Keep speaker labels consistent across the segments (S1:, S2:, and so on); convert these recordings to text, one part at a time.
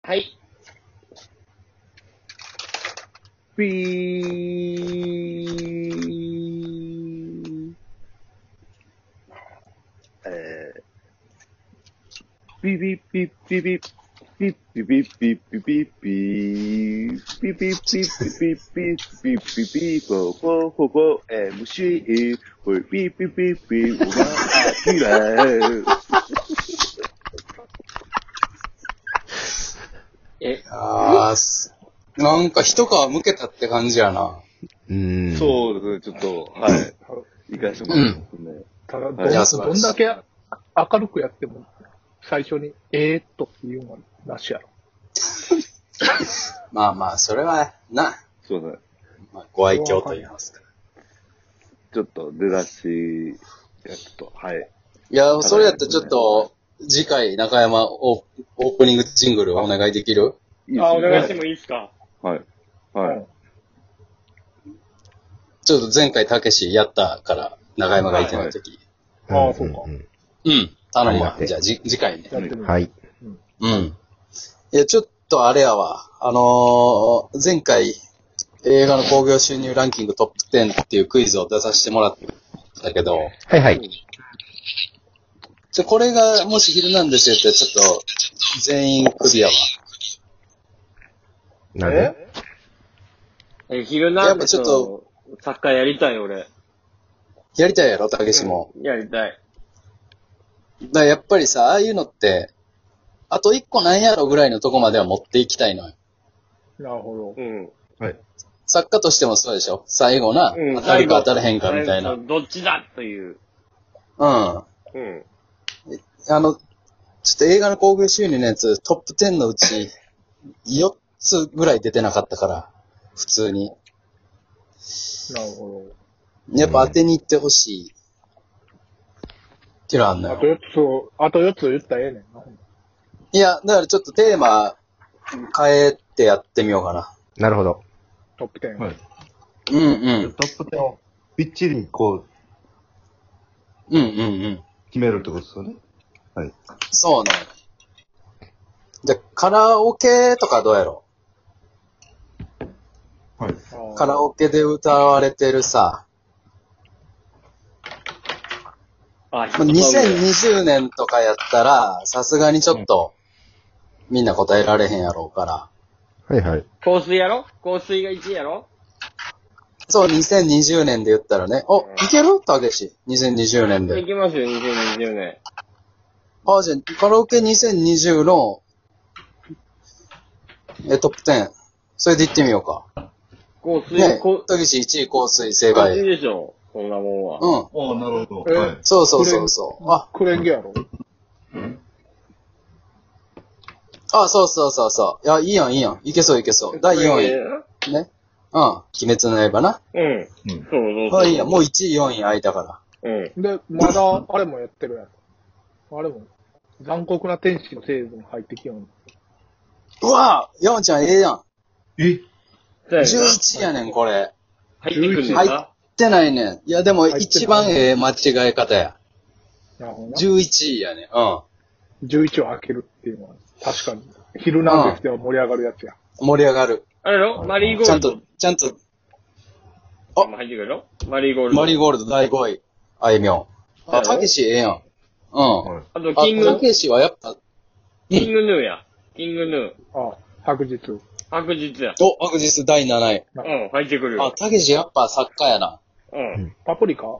S1: はい。
S2: ピー。
S1: えー、
S2: ピピピピピピピピピピピピピピピピピピピピピポポポポえー虫ほいピピピピお前嫌い
S1: え、
S3: あーす、なんか一皮むけたって感じやな。
S4: うん。
S2: そうですねちょっとはい行かしてもらいますね
S5: ただどん、
S2: はいい
S3: や素晴
S5: ど
S3: らし
S5: ん
S3: い
S5: だけ明るくやっても、最初に、えーっとっていうのはなしやろ。
S3: まあまあ、それは、な、
S2: そうですね
S3: まあ、ご愛嬌と言いますか。
S2: ちょっと出だしがちょっとはい
S3: いや、それやったらちょっと、次回中山オーオープニングジングルお願いできる
S2: いいですね
S1: あ、お願いしてもいいですか
S2: はいはい
S3: ちょっと前回たけしやったから、中山がいてない時。
S5: ああ、そうか。
S3: う
S4: ん
S3: ん。頼む
S4: 頑張
S3: わ
S4: っ。て
S3: じゃあ、じ、次回ね。
S5: やってみ
S4: うん
S5: る。
S4: はい。
S3: うん。いや、ちょっとあれやわ。あのー前回、映画の興行収入ランキングトップ10っていうクイズを出させてもらったけど、
S4: はいはい。
S3: ちょ、これが、もしヒルナンデスやったら、ちょっと、全員クビやわ。
S4: なんで
S1: え、ヒルナンデス
S3: やっぱちょ
S1: のサッカーやりたい、俺。
S3: やりたいやろ、たけしも。
S1: やりたい。
S3: だからやっぱりさ、ああいうのって、あと一個なんやろぐらいのとこまでは持っていきたいのよ。
S5: なるほ
S1: うん。
S3: 作家としてもそうでしょ最後な、
S1: うん。
S3: 当たるか当たらへんかみたいな。
S1: 最
S3: う
S1: 後どっちだという。
S3: ん。
S1: うん。
S3: あの、ちょっと映画の興行収入のやつ、トップ10のうち、4つぐらい出てなかったから、普通に。
S5: ど。なるほ
S3: やっぱ当てに行ってほしい。っていうのあんの
S5: ど。あ
S3: よ
S5: と。4つを、あと4つ言ったらええねんな。ほんま
S3: いや、だからちょっとテーマ変えてやってみようかな。
S4: なるほど。
S5: トップ10。
S6: はい。
S3: うんう
S6: ト
S3: ん。
S6: ップ10をびっちりこう
S3: うんうんうん。
S6: 決めるってことですよね。はい。
S3: そうね。じゃ、カラオケとかどうやろ
S6: はい。
S5: あー
S3: カラオケで歌われてるさ、
S1: あ、
S3: まあ2020年とかやったら、さすがにちょっと、みんな答えられへんやろうから。
S4: はいはい。
S1: 香水やろ香水が1位やろ
S3: そう、2020年で言ったらね、お、いけるたけし。2020年
S1: い
S3: で。
S1: きますよ、2020年。
S3: あ、じゃあ、カラオケ2020の、え、トップ10。それで行ってみようか。
S1: 香水、
S3: ね
S1: こ、
S3: たけし1位香水正
S1: 香水
S3: 解。
S1: でしょそんなもんは。
S3: うん。
S6: ああ、なるほ
S5: え
S6: ど。はい。
S3: そうそうそうそう。あ、
S5: クレンゲやろ
S3: あ、そうそうそうそう。いや、いいやん、いいやん。いけそう、いけそう。第4位。ね。うん。鬼滅の刃な。
S1: うん。
S6: うん
S1: そうそうそう。
S3: あ、いいやん。もう1位、4位空いたから。
S1: うん。
S5: で、まだ、あれもやってるやろ。あれも、残酷な天使の成分入ってきよん。
S3: うわぁ山ちゃん、ええやん。
S6: え
S1: そうやな
S3: 11やねん、これ。
S1: 入ってくるんだ
S3: 入
S1: な
S3: っ。てないねん。いや、でも一番ええ間違え方や。
S5: なるほどな。
S3: 11位やねん。うん。
S5: 11を開けるっていうのは、確かに、ヒルナンデスでは盛り上がるやつや。
S3: 盛り上がる。
S1: あれやろマリーゴ
S3: ちゃ
S1: ール
S3: ん
S1: ド
S3: と。、ちゃんと、
S1: あ
S3: あ
S1: 入ってくるやろマリーゴールド。
S3: マリーゴールド第5位。あいみょん。あ、たけしええやん。うん。
S6: はい。
S1: あと、
S3: あ
S1: キン、
S3: た
S1: グ、
S3: けしはやっぱ、
S1: キングヌーや。キングヌー。
S5: ああ、白日。
S1: 白日や。
S3: お、悪日第7位。
S1: うん、入ってくる
S3: あ、
S1: よ。
S3: たけしやっぱ作家やな。
S1: うん。
S5: パプリカ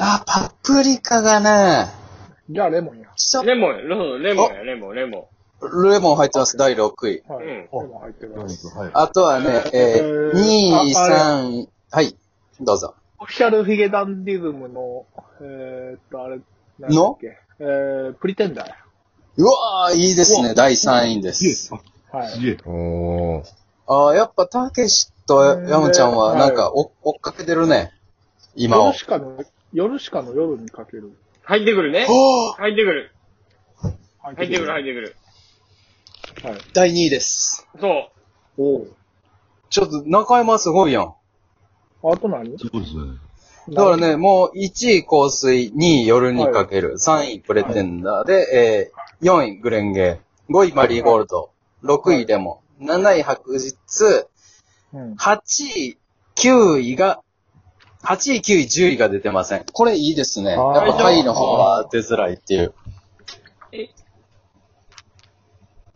S3: あ、パプリカがね、
S5: じゃあレモンや。
S3: ちょっ
S1: レモンや、そうレモンや、レモン、レモ
S3: と、レモン入ってます、第6位。
S5: はい。
S1: うん
S5: レモン入ってる。オフ
S6: はい。
S3: あとはね、え
S5: えー
S3: ー、2、3、はい、どうぞ。
S5: ィシャルヒゲダンディズムの、えーっと、あれ、なんだっけ。えー、プリテンダーや。
S3: うわー、いいですね、第3位です。
S5: は
S6: す
S5: い。
S6: げえ。
S4: おー。
S3: あー、やっぱたけしとやむちゃんは、なんか、お追っかけてるね。今を
S5: 夜。しかの、夜しかの夜にかける。
S1: ン。入ってくるね。
S3: おー
S1: 入ってくる。
S5: 入
S1: 入ってくる、入っ
S5: って
S1: くる。
S5: てくる。はい。
S3: 第2位です。
S1: そ
S5: おう
S3: ちょっと中山すごいやん。
S5: あと何
S6: そうですね。
S3: だからね、もう1位香水、2位夜にかける、3位プレテンダーで、えー4位グレンゲー。 5位マリーゴールド、6位レモン、7位白日、
S5: うん。
S3: 8位、9位が、8位、9位、10位が出てません。これいいですね。やっ
S5: あ
S3: ぱ
S5: ー
S3: 下位の方は出づらいっていう。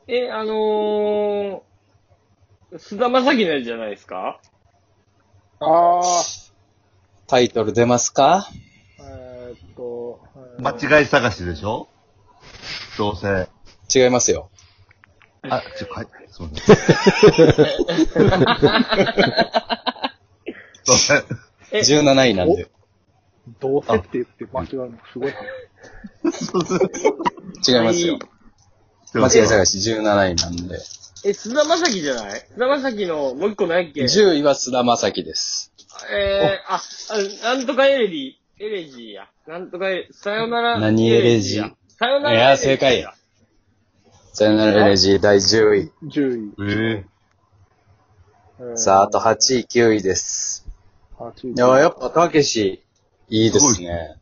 S1: え、あのー、菅田将暉のやつじゃないですか
S5: ああ、
S3: タイトル出ますか
S5: えーっと、えー
S6: 間違い探しでしょどうせ。
S3: 違いますよ。
S6: あ、ちょ、はい、すみません。どう せ。
S1: え
S3: 17位なんで。
S5: どうせって言って間違うのすごい。
S3: 違いますよ。間違い探し17位なんで。
S1: え、菅田将暉じゃない菅田将暉のもう一個何やっけ
S3: 10位は菅田正樹です。
S1: えー、あ、あなんとかエレジー、エレジーや。なんとかエレ、さよなら。
S3: 何エレジー
S1: やさよ
S3: い
S1: なら。
S3: や、正解や。。チャンネルレジ第10位。
S5: 10
S6: ええ
S5: 位。
S3: さあ、あと8位、9位です。
S5: あ、8
S3: い
S5: 位。
S3: や、やっぱ、たけし、いいですね。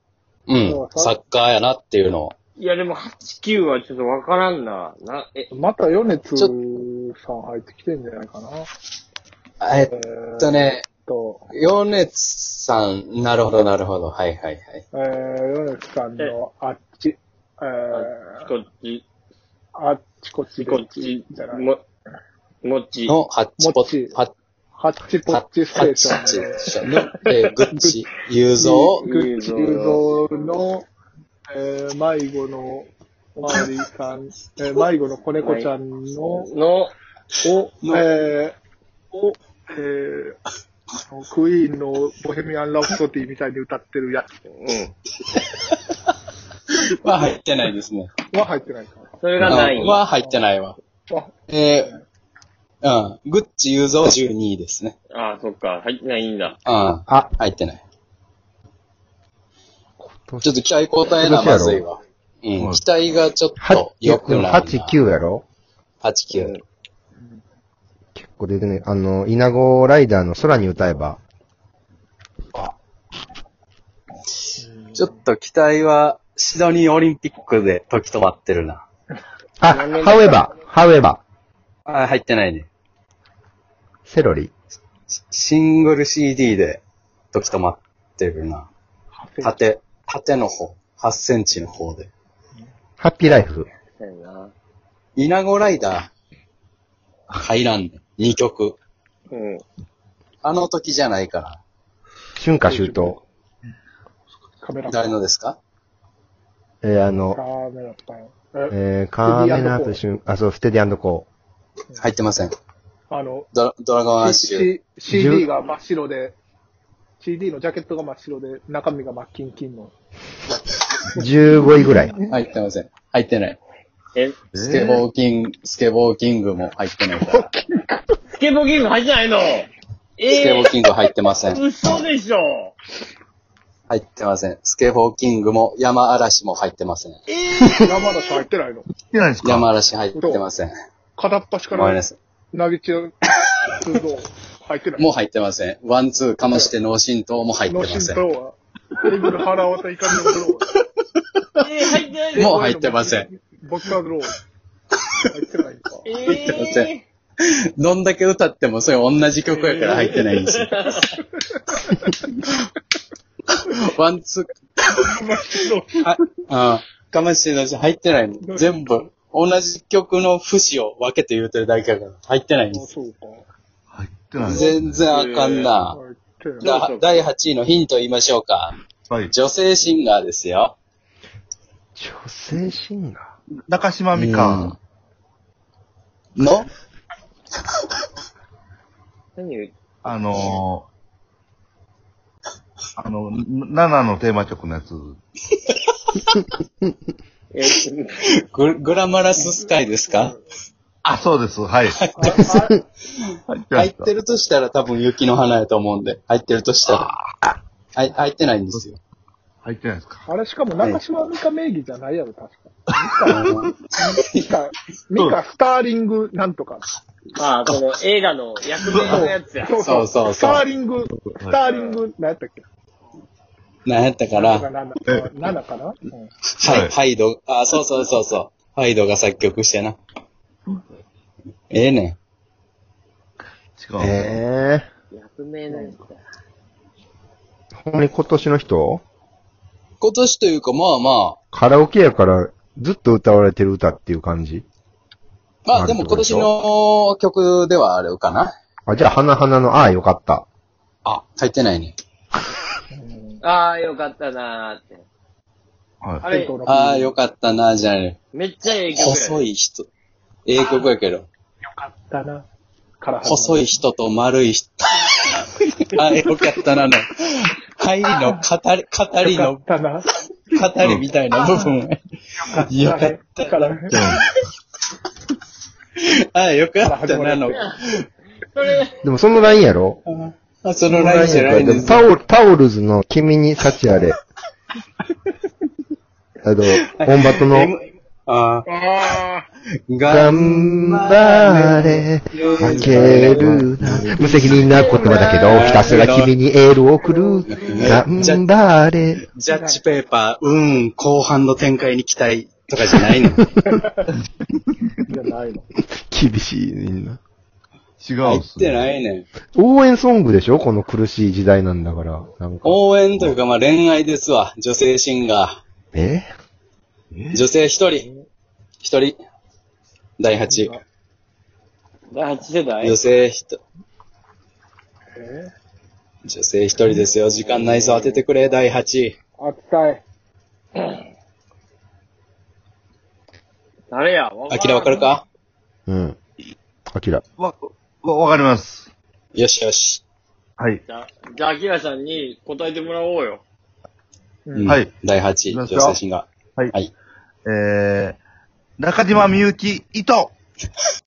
S3: うん。サッカーやなっていうのを。
S1: いや、でも8、9はちょっとわからんな。な、え、
S5: また米津
S3: ち
S5: さ
S3: ょ
S5: ん入ってきてんじゃないかな。
S3: えっ
S5: え
S3: と
S5: ーっ
S3: ね、
S5: と、
S3: ヨネツさん、なるほど、なるほど。はいはいはい。
S5: えー、米津さんのあっち、えー、
S1: こっち、
S5: あっちこっち
S1: こっち
S5: じゃ、ない。
S1: も、もっち。
S3: の、ハッチポ
S5: もっち
S3: ッ、ハッ
S5: ハッチポッチス
S3: ハッ
S5: テーシ
S3: チ
S5: ョンの
S3: ポッチの、えー、グッチ、雄三、
S5: グッチ雄三の、えー、迷子のおまわりさん、えー、迷子の子猫ちゃんの、お、
S1: の、
S5: えー、お、えー、あのクイーンのボヘミアン・ラプソディみたいに歌ってるやつ
S1: うん。
S3: は入ってないですね。
S5: は入ってないか
S1: それがない。
S3: は入ってないわ。
S5: な。あ、
S3: えー、うん。グッチ雄三12位ですね。
S1: ああ、そっか。入ってないんだ。
S3: うん。あ、入ってない。ちょっと期待交代な、まずいわ。うん。期待がちょっと良くない。
S4: 8、。9やろ
S3: 8、9。
S4: 結構出てね、あの、イナゴライダーの空に歌えば。
S3: ちょっと期待は、シドニーオリンピックで時止まってるな。
S4: あ、ハウエバー、ハウエバ
S3: あ、入ってないね。
S4: ー、セロリ。
S3: シシングル CD で時止まってるな。
S5: あ
S3: 縦、縦の方、8センチの方で。
S4: ハッピーライフ。
S1: そうやな。
S3: イナゴライダー、入らんね。2曲。
S1: うん。
S3: あの時じゃないか
S4: 春夏秋冬。
S5: カメ
S3: ら。
S5: ラパン。
S3: 誰のですか
S4: えー、あの、
S5: カメラパン。え、
S4: えー、カーメナーと瞬、あ、そう、ステディアンドコ
S3: 入ってません。
S5: あの、
S3: ドラドラゴンアッシュ。
S5: C- CD が真っ白で、CD のジャケットが真っ白で、中身が真っ金金の。
S4: ー。15位ぐらい。
S3: 入ってません。入ってない。
S1: え、
S3: スケボーキング、スケボーキングも入ってないから。
S1: スケボーゲーム入ってないの
S3: スケボ
S1: え
S3: ーキング入ってません
S1: ー、。嘘でしょ
S3: 入ってません。スケボーキングも山嵐も入ってません。
S5: 山田さん入ってないの。
S6: 来てないですか
S3: 山嵐入ってません。
S5: 片っ端か
S3: ごめんな
S5: ら
S3: さい。
S5: 投げちゃう。通道入ってない。
S3: もう入ってません。ワンツーかまして脳震盪も入ってま
S5: の
S3: せ
S5: 神
S3: ん。も
S5: 道は、テーブル払わた怒りのグロー。
S1: えー、入ってないの
S3: う入ってません。。
S5: ボクサーグロー。入ってないか。
S1: え
S3: ま
S1: ー
S3: せん、どんだけ歌ってもそれ同じ曲やから入ってないんですよ。ワンツー。はああかまして脳震入ってないの。全部。同じ曲の節を分けて言うてるだけやから入ってないんで
S5: あ
S3: す。
S5: そうか。
S6: 入ってない。
S3: 全然あかんな。
S5: 入ってない。
S3: じゃあ、第8位のヒント言いましょうか。
S6: はい。
S3: 女性シンガーですよ。
S4: 女性シンガー。
S6: 中島美香。
S3: の
S1: 何言う
S6: あのー、あの、7のテーマ曲のやつ。
S1: えー、
S3: ググラマラススカイですか
S6: あ、そうです。はい。 入
S5: ああ
S6: ってま
S3: 入っ
S6: した
S3: てるとしたら多分雪の花やと思うんで。入ってるとしたら。はい、入ってないんですよ。
S6: 入ってないですか
S5: あれしかも中島美香名義じゃないやろ、確か。ミカ、ミカ、スターリングなんとか。
S1: ああ、この映画の役名のやつや。
S5: そ う
S3: そうそう
S5: スター
S3: そ
S5: リング、スターリング、何やったっけ
S3: う。なんやったか、
S5: なんから7かなうん
S3: はい、ハイド、あ、そうそうそうそう。ハイドが作曲してな。ええね
S6: 違う。
S4: え
S1: 役名なんだ。
S4: えほんまに今年の人
S3: ん。今年というか、まあま
S4: カラオケやからずっと歌われてる歌っていう感じ
S3: あ、まあでも今年の曲ではあるかな。
S4: あ、じゃあ、花々の、ああ、よかった。
S3: あ、入ってないね。
S1: ああ、よかったなーって。
S6: は
S1: あれ、
S3: ああ、よかったな、じゃないね。
S1: めっちゃええ曲や。
S3: 細い人。ええ曲やけど。
S5: だな。から
S3: 細い人と丸い 人。あ、よかったなの。入りの語り、語りの
S5: よ、かったな。
S3: 語りみたいな部分。よかっ
S5: だから、
S6: い。
S3: た。あ、よかったなの。
S1: それ、
S4: でも、そのラインやろ
S3: あ、そのラインじゃないん
S4: で
S3: で
S4: も
S3: す
S4: タオル、タオルズの君に 幸あれ。あの、オンバトの、
S3: ああ。
S4: 頑張れ、負けるな。無責任な言葉だけど、ひたすら君にエールを送る。頑張れ。
S3: ジャッジペーパー、うん、後半の展開に期待とかじゃ ないの。
S5: じゃないの。
S4: 厳しいねんな。
S6: 違
S3: 入
S6: うっ
S3: っ
S6: す
S3: て
S6: ね。
S3: ないねん。
S4: 応援ソングでしょこの苦しい時代なんだから。なんか。
S3: 応援というか、まあ恋愛ですわ。女性シンガ
S4: え
S3: ー。女性一人。一人。第八位。
S1: 第8世代
S3: 女性一人。女性一人ですよ。時間内装当ててくれ、第八位。
S5: 扱い。
S1: 誰や
S3: あきらわかるか
S4: うん。アキラ。
S6: わ、わわかります。
S3: よしよし。
S6: はい。
S1: じゃあ、じゃあ、アキラさんに答えてもらおうよ。
S3: うん
S6: はい。
S3: 第八位、
S6: 行
S3: 女
S6: きますよ
S3: 性シンガー。
S6: はい
S3: はい。
S6: えー、中島みゆき、糸。